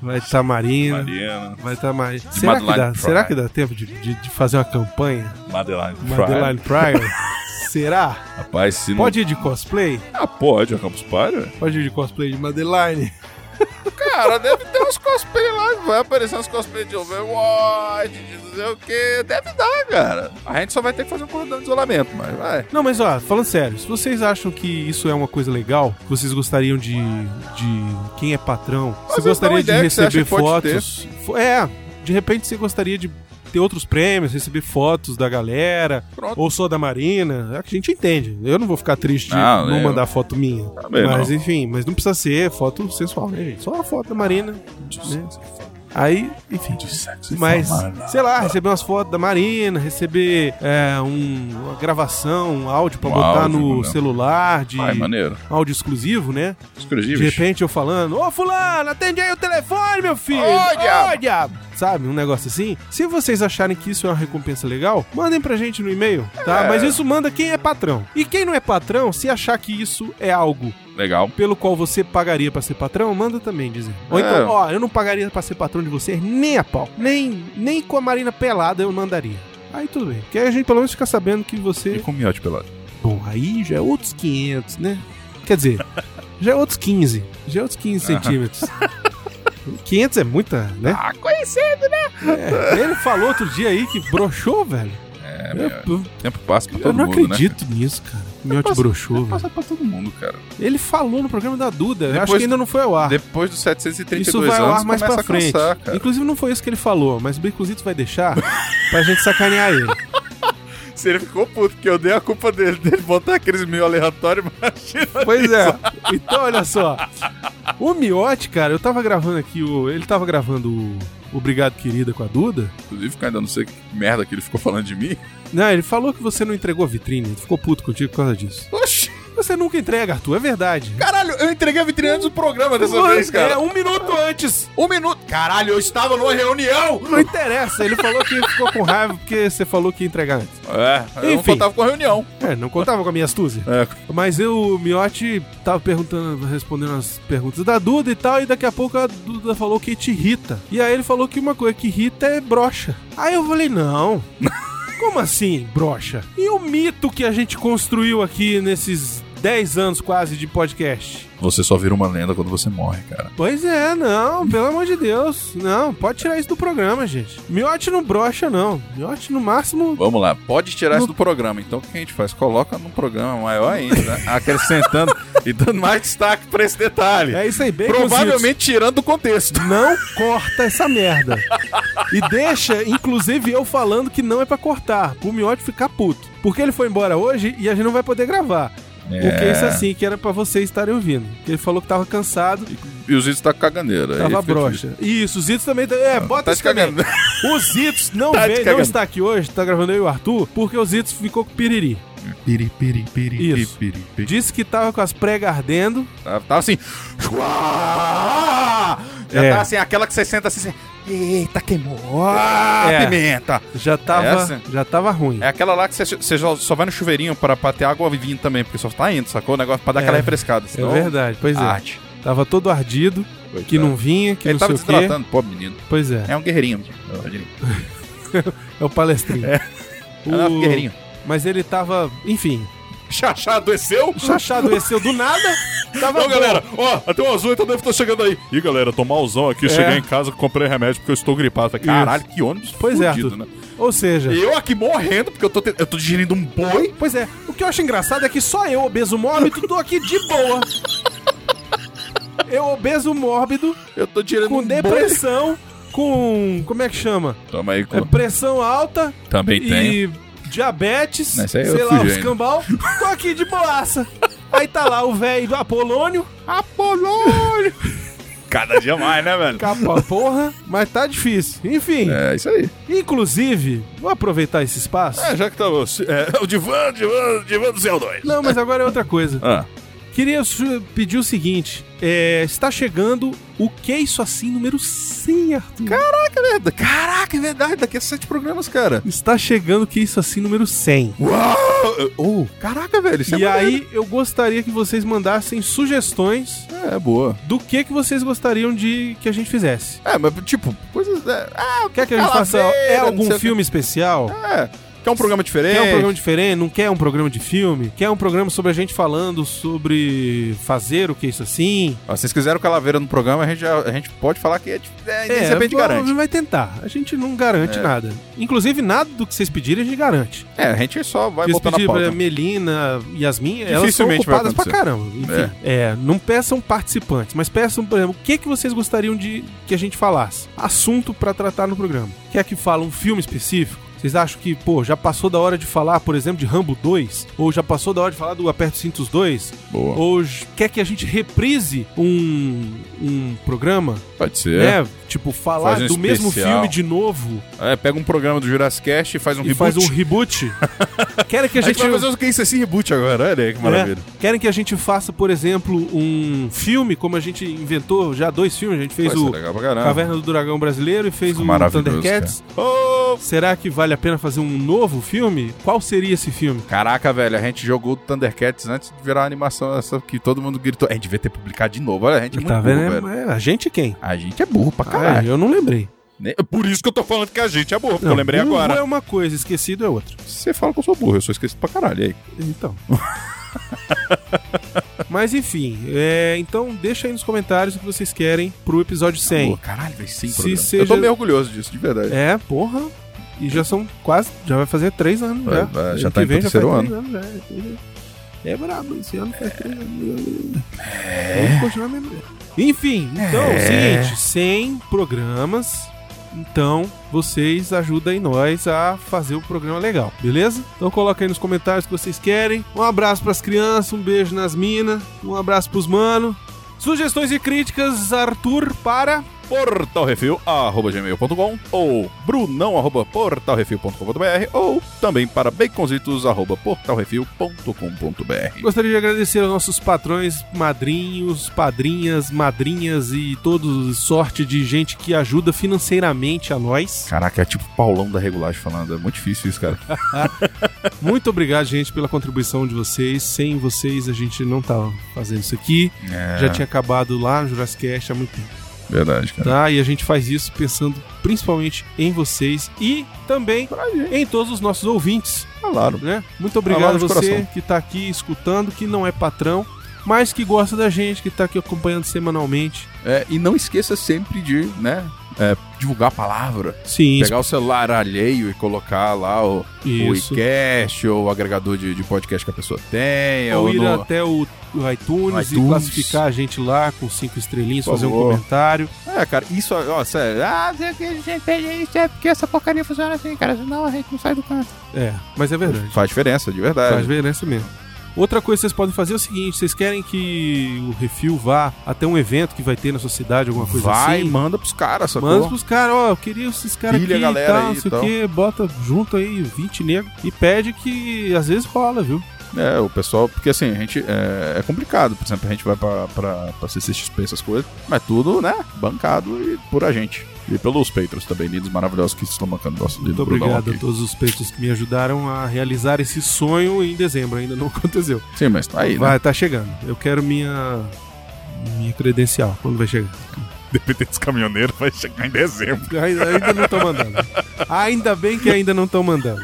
S1: vai estar Marina,
S2: Mariana.
S1: vai estar Marina. Será que,
S2: Madeline
S1: dá,
S2: Pryor.
S1: será que dá tempo de, de, de fazer uma campanha?
S2: Madeline. Pryor.
S1: Madeline Pryor? Será?
S2: Rapaz, se não.
S1: Pode ir de cosplay?
S2: Ah, pode, a Campus Party. ué.
S1: Pode ir de cosplay de Madeline.
S2: Cara, deve ter uns cosplay lá. Vai aparecer uns cosplay de Overwatch, de não sei o quê. Deve dar, cara. A gente só vai ter que fazer um cordão de isolamento, mas vai.
S1: Não, mas ó, falando sério, se vocês acham que isso é uma coisa legal, que vocês gostariam de. de quem é patrão,
S2: Às
S1: você
S2: vezes dá
S1: gostaria
S2: uma
S1: de
S2: ideia que você acha
S1: receber
S2: que pode
S1: fotos. fo- É, de repente você gostaria de ter outros prêmios, receber fotos da galera,
S2: Pronto.
S1: ou só da Marina. É que a gente entende. Eu não vou ficar triste de
S2: Não,
S1: não
S2: eu-
S1: mandar foto minha.
S2: bem,
S1: mas
S2: não.
S1: enfim, mas não precisa ser foto sensual, né, gente? Só uma foto da Marina. né? Aí, enfim. Mas, sei lá, receber umas fotos da Marina, receber é, um- uma gravação, um áudio pra
S2: Um
S1: botar
S2: áudio,
S1: no
S2: né?
S1: celular de
S2: Ai, maneiro.
S1: áudio exclusivo, né? De
S2: Escrevíveis.
S1: repente eu falando, ô fulano, atende aí o telefone, meu filho!
S2: Ô, diabo!
S1: Ô, diabo! Sabe, um negócio assim. Se vocês acharem que isso é uma recompensa legal, mandem pra gente no e-mail, tá?
S2: É.
S1: Mas isso manda quem é patrão. E quem não é patrão, se achar que isso é algo
S2: Legal.
S1: pelo qual você pagaria pra ser patrão, manda também, dizer. Ou
S2: É.
S1: então, ó, eu não pagaria pra ser patrão de vocês nem a pau. Nem, nem com a Marina pelada eu mandaria. Aí tudo bem. Porque aí a gente pelo menos fica sabendo que
S2: E
S1: você.
S2: com miote pelado.
S1: Bom, aí já é outros 500, né? Quer dizer, já é outros 15. Já é outros 15 centímetros. 500 é muita, né?
S2: Ah, conhecer.
S1: É, ele falou outro dia aí que broxou, velho.
S2: É,
S1: Eu,
S2: meu,
S1: eu-
S2: o tempo passa pra todo
S1: eu não
S2: mundo, né?
S1: acredito nisso, cara. O Miote
S2: Passa-
S1: broxou, velho.
S2: Passa pra todo mundo, cara.
S1: Ele falou no programa da Duda. eu acho
S2: Depois-
S1: que ainda não foi ao ar.
S2: Depois dos 732
S1: Ah. Isso vai ao
S2: anos,
S1: ar mais pra
S2: começa a
S1: frente.
S2: cansar, cara.
S1: Inclusive, não foi isso que ele falou, mas o Baconzitos vai deixar pra gente sacanear ele.
S2: Se ele ficou puto, que eu dei a culpa dele, dele botar aqueles meio aleatórios, imagina.
S1: Pois é. Então, olha só. O Miote, cara, eu tava gravando aqui, o, ele tava gravando o Obrigado Querida com a Duda.
S2: Inclusive, eu ainda não sei que merda que ele ficou falando de mim.
S1: Não, ele falou que você não entregou a vitrine, ele ficou puto contigo por causa disso.
S2: Oxi,
S1: Você nunca entrega, Arthur, é verdade.
S2: caralho, eu entreguei a vitrine antes do programa dessa vez,
S1: É,
S2: cara.
S1: um minuto antes.
S2: Um minuto. Caralho, eu estava numa reunião.
S1: Não interessa, ele falou que ficou com raiva porque você falou que ia entregar antes.
S2: É, eu não
S1: Enfim.
S2: contava com a reunião.
S1: É, não contava com a minha astúcia.
S2: É,
S1: Mas eu, o Miotti, tava perguntando, respondendo as perguntas da Duda e tal, e daqui a pouco a Duda falou que te irrita. E aí ele falou que uma coisa que irrita é brocha. Aí eu falei, não. Como assim, brocha? E o mito que a gente construiu aqui nesses 10 anos quase de podcast?
S2: Você só vira uma lenda quando você morre, cara.
S1: Pois é, não, pelo amor de Deus. Não, pode tirar isso do programa, gente. Miotti não brocha, não. Miotti, no máximo,
S2: Vamos lá, pode tirar isso do programa. Então o que a gente faz? Coloca num programa maior ainda, né? acrescentando e dando mais destaque pra esse detalhe.
S1: é isso aí, bem
S2: Provavelmente tirando do contexto.
S1: Não corta essa merda. E deixa, inclusive, eu falando que não é pra cortar, pro Miotti ficar puto. Porque ele foi embora hoje e a gente não vai poder gravar. Porque
S2: É.
S1: isso assim, que era pra vocês estarem ouvindo. Ele falou que tava cansado,
S2: E o Zito tá com caganeira. aí
S1: tava
S2: fica
S1: broxa. Isso, o Zitos também. tá- É, bota
S2: Tá
S1: isso também.
S2: descagando.
S1: O Zitos não
S2: Tá
S1: veio, não
S2: descagando.
S1: está aqui hoje, tá gravando eu e o Arthur, porque o Zitos ficou com piriri.
S4: Piri, piri, piri,
S1: Isso. Disse que tava com as pregas ardendo.
S2: Tava, tava assim. Já
S1: É.
S2: tá assim, aquela que você senta assim. assim, Eita, queimou a
S1: É.
S2: pimenta.
S1: Já tava,
S2: É Essa?
S1: já tava ruim.
S2: É aquela lá que você, você já- só vai no chuveirinho pra, pra ter água vindo também, porque só tá indo, sacou? O negócio pra dar
S1: É.
S2: aquela refrescada.
S1: É
S2: senão-
S1: verdade, pois é.
S2: Arte.
S1: Tava todo ardido, que
S2: Coitado.
S1: não vinha, que
S2: Ele
S1: não
S2: tava
S1: sei o quê.
S2: desidratando, pobre menino.
S1: Pois é.
S2: É um guerreirinho.
S1: É o palestrinho. É.
S2: É um guerreirinho.
S1: Mas ele tava, enfim,
S2: Xaxá adoeceu?
S1: Chachá adoeceu do nada. Tava
S4: Então,
S1: bom.
S4: galera, ó, até umas
S2: então
S4: 8 eu devo estar chegando aí. Ih, galera, tô malzão
S2: É.
S4: aqui. Cheguei em casa, comprei remédio porque eu estou gripado. Falei,
S2: Caralho, que ônibus
S1: Pois é,
S2: fudido,
S1: Arthur.
S2: né?
S1: Ou seja,
S2: Eu aqui morrendo, porque eu tô, te- eu tô digerindo um boi.
S1: pois é. O que eu acho engraçado é que só eu, obeso mórbido, tô aqui de boa. Eu, obeso mórbido,
S2: Eu tô digerindo
S1: com
S2: um boi.
S1: depressão, com. Como é que chama?
S2: Toma aí,
S1: É, pressão alta
S2: Também tem.
S1: e diabetes,
S2: Mas isso aí eu
S1: sei lá,
S2: fugi
S1: os
S2: ainda.
S1: cambal. Tô aqui de boaça. Aí tá lá o velho do Apolônio.
S2: Apolônio!
S4: Cada dia mais, né, velho?
S1: Capa porra, mas tá difícil. Enfim.
S2: É, isso aí.
S1: Inclusive, vou aproveitar esse
S2: É.
S1: espaço.
S4: É, já que tá você. É, o divã, divã, divã do CO2.
S1: Não, mas agora é outra coisa.
S2: Ah,
S1: O Queria su- pedir o seguinte: é, está chegando o Que Isso Assim número 100, Arthur.
S2: Caraca, é verdade, daqui a sete programas, cara.
S1: Está chegando o Que Isso Assim número 100.
S2: Uau! Oh, caraca, velho, isso é
S1: E
S2: maneiro.
S1: aí, eu gostaria que vocês mandassem sugestões
S2: É, boa.
S1: do que, que vocês gostariam de que a gente fizesse.
S2: É, mas tipo, coisas. É, ah,
S1: Quer que a gente faça
S2: Calaveira,
S1: é
S2: não sei o
S1: algum
S2: quê.
S1: filme especial?
S2: é. Quer um programa diferente?
S1: Quer um programa diferente? Não quer um programa de filme? Quer um programa sobre a gente falando sobre fazer o que isso assim?
S2: Ó, se vocês quiserem o Calaveira no programa, a gente, já- a gente pode falar que é. de- é, é de repente
S1: vamos-
S2: garante.
S1: vai tentar. A gente não garante nada. Inclusive, nada do que vocês pedirem a gente garante.
S2: É, a gente só vai
S1: Vocês
S2: botar na
S1: pedirem
S2: pauta.
S1: Melina, Yasmin, elas são
S2: Dificilmente vai
S1: ocupadas pra
S2: acontecer.
S1: caramba. Enfim, é. não peçam participantes, mas peçam, por exemplo, o que, que vocês gostariam de que a gente falasse? Assunto pra tratar no programa. Quer que fale um filme específico? Vocês acham que, pô, já passou da hora de falar, por exemplo, de Rambo 2? Ou já passou da hora de falar do Aperto Cintos 2?
S4: Boa.
S1: Ou j- quer que a gente reprise um, um programa?
S2: Pode ser.
S1: né? Tipo, falar
S2: É. Faz um
S1: do mesmo
S2: especial.
S1: filme de novo
S2: É, pega um programa do Jurassic Cast e faz um
S1: e
S2: reboot.
S1: faz um reboot. Querem que a
S2: A gente
S1: gente, É.
S2: vai fazer o que isso assim reboot agora, olha aí que maravilha.
S1: querem que a gente faça, por exemplo, um filme, como a gente inventou já dois filmes, a gente fez
S2: Vai ser
S1: o
S2: legal pra caramba.
S1: Caverna do Dragão Brasileiro e fez
S4: Ficou
S1: o
S4: maravilhoso,
S1: Thundercats.
S2: Ô,
S1: Será que vale a pena fazer um novo filme? Qual seria esse filme?
S2: Caraca, velho, a gente jogou o Thundercats antes de virar a animação essa que todo mundo gritou. A gente devia ter publicado de novo, olha, a gente é muito
S1: tá
S2: burro,
S1: vendo?
S2: velho.
S1: É, a gente quem?
S2: A gente é burro pra
S1: Ah,
S2: caralho.
S1: eu não lembrei.
S2: Né? Por isso que eu tô falando que a gente é burro, porque
S1: Não,
S2: eu lembrei
S1: burro
S2: agora.
S1: é uma coisa, esquecido é outra.
S2: Você fala que eu sou burro, eu sou esquecido pra caralho. e aí?
S1: Então. Mas enfim, é, então deixa aí nos comentários o que vocês querem pro episódio 100.
S2: Pô, caralho, vai sem
S1: Se
S2: programa.
S1: seja-
S2: Eu tô meio orgulhoso disso, de verdade.
S1: É, porra. E já são quase. Já vai fazer três anos.
S2: Vai-
S1: já
S2: vai- já
S1: Ano que
S2: tá indo
S1: já faz
S2: pro terceiro
S1: três anos, né? já. é, é brabo, esse ano faz três anos. Vamos continuar mesmo. É? Enfim, então,
S2: É.
S1: gente, 100 programas. Então, vocês ajudem nós a fazer o programa legal, beleza? Então coloca aí nos comentários o que vocês querem. Um abraço pras crianças, um beijo nas minas, um abraço pros mano. Sugestões e críticas, Arthur, para...
S2: portalrefil.gmail.com ou brunão.portalrefil.com.br ou também para baconzitos.portalrefil.com.br
S1: Gostaria de agradecer aos nossos patrões, madrinhos, padrinhas, madrinhas e toda sorte de gente que ajuda financeiramente a nós.
S2: Caraca, é tipo Paulão da regulagem falando. É muito difícil isso, cara.
S1: Muito obrigado, gente, pela contribuição de vocês. Sem vocês, a gente não tava fazendo isso aqui.
S2: É.
S1: Já tinha acabado lá no Jurassic Cast há muito tempo.
S2: Verdade, cara.
S1: Tá? E a gente faz isso pensando principalmente em vocês e também
S2: Pra gente,
S1: em todos os nossos ouvintes.
S2: Claro.
S1: né? Muito
S2: Palavra
S1: obrigado a
S2: de
S1: você
S2: coração.
S1: que tá aqui escutando, que não é patrão, mas que gosta da gente, que tá aqui acompanhando semanalmente.
S2: É, e não esqueça sempre de, né, é, divulgar a palavra.
S1: Sim,
S2: Pegar o celular alheio e colocar lá o, o
S1: isso.
S2: iCast ou o agregador de, de podcast que a pessoa tem. Ou,
S1: Ou ir
S2: no-
S1: até o o iTunes, e
S2: iTunes.
S1: classificar a gente lá com cinco estrelinhas,
S2: Por
S1: fazer um
S2: favor.
S1: comentário.
S2: É, cara, isso, ó, sério. Ah, não sei o que a gente tem isso, é porque essa porcaria funciona assim, cara. Senão a gente não sai do canto.
S1: É, mas é verdade.
S2: Faz diferença, de verdade.
S1: Faz diferença mesmo. Outra coisa que vocês podem fazer é o seguinte: vocês querem que o Refil vá até um evento que vai ter na sua cidade, alguma coisa
S2: Vai,
S1: assim?
S2: manda pros caras, sacou?
S1: Manda pros caras, ó, eu queria esses caras aqui
S2: Pilha a
S1: e tal,
S2: galera aí então.
S1: não
S2: e
S1: sei o
S2: tal.
S1: quê, bota junto aí 20 negros e pede que às vezes rola, viu?
S2: É, o pessoal, porque assim, a gente é, é complicado, por exemplo, a gente vai pra, pra, pra CCXP, essas coisas, mas tudo, né, bancado e por a gente. E pelos Patrons também, lindos maravilhosos que estão bancando nosso
S1: Muito
S2: lindo programa
S1: obrigado a
S2: aqui.
S1: todos os peitos que me ajudaram a realizar esse sonho em dezembro, ainda não aconteceu.
S2: Sim, mas tá aí, né?
S1: vai, tá chegando. Eu quero minha minha credencial quando vai chegar.
S4: Depender dos caminhoneiros vai chegar em dezembro.
S1: Ainda, ainda não estão mandando. Ainda bem que ainda não estão mandando.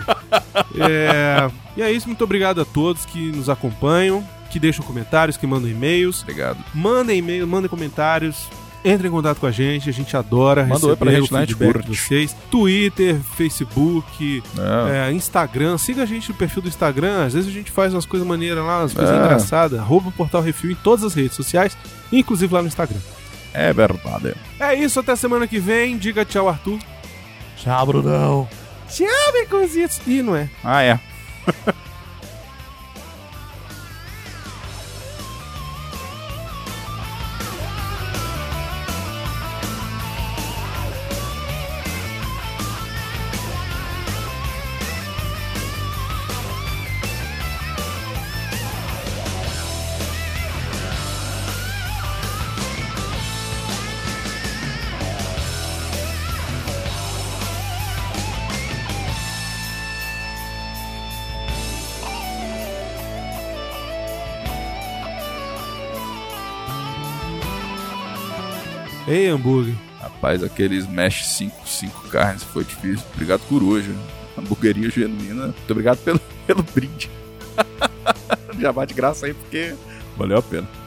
S1: É, e é isso, muito obrigado a todos que nos acompanham, que deixam comentários, que mandam e-mails.
S2: Obrigado.
S1: Mandem e-mail, mandem comentários. Entrem em contato com a gente, a gente adora
S2: Manda oi
S1: receber
S2: pra gente
S1: o
S2: lá, a gente
S1: feedback
S2: curte.
S1: de vocês. Twitter, Facebook,
S2: É,
S1: É, Instagram, siga a gente no perfil do Instagram. Às vezes a gente faz umas coisas maneiras lá, umas coisas
S2: É.
S1: engraçadas. Arroba o Portal Refil em todas as redes sociais, inclusive lá no Instagram.
S2: é verdade.
S1: É isso, até semana que vem. Diga tchau, Arthur.
S4: Tchau, Brunão.
S1: Tchau, Beconzitos. Ih, não é.
S2: Ah, é.
S1: Ei, hambúrguer.
S2: Rapaz, aqueles mesh 5, 5 carnes foi difícil. Obrigado, coruja. Hamburgueria genuína. Muito obrigado pelo, pelo brinde. Já bate graça aí, porque valeu a pena.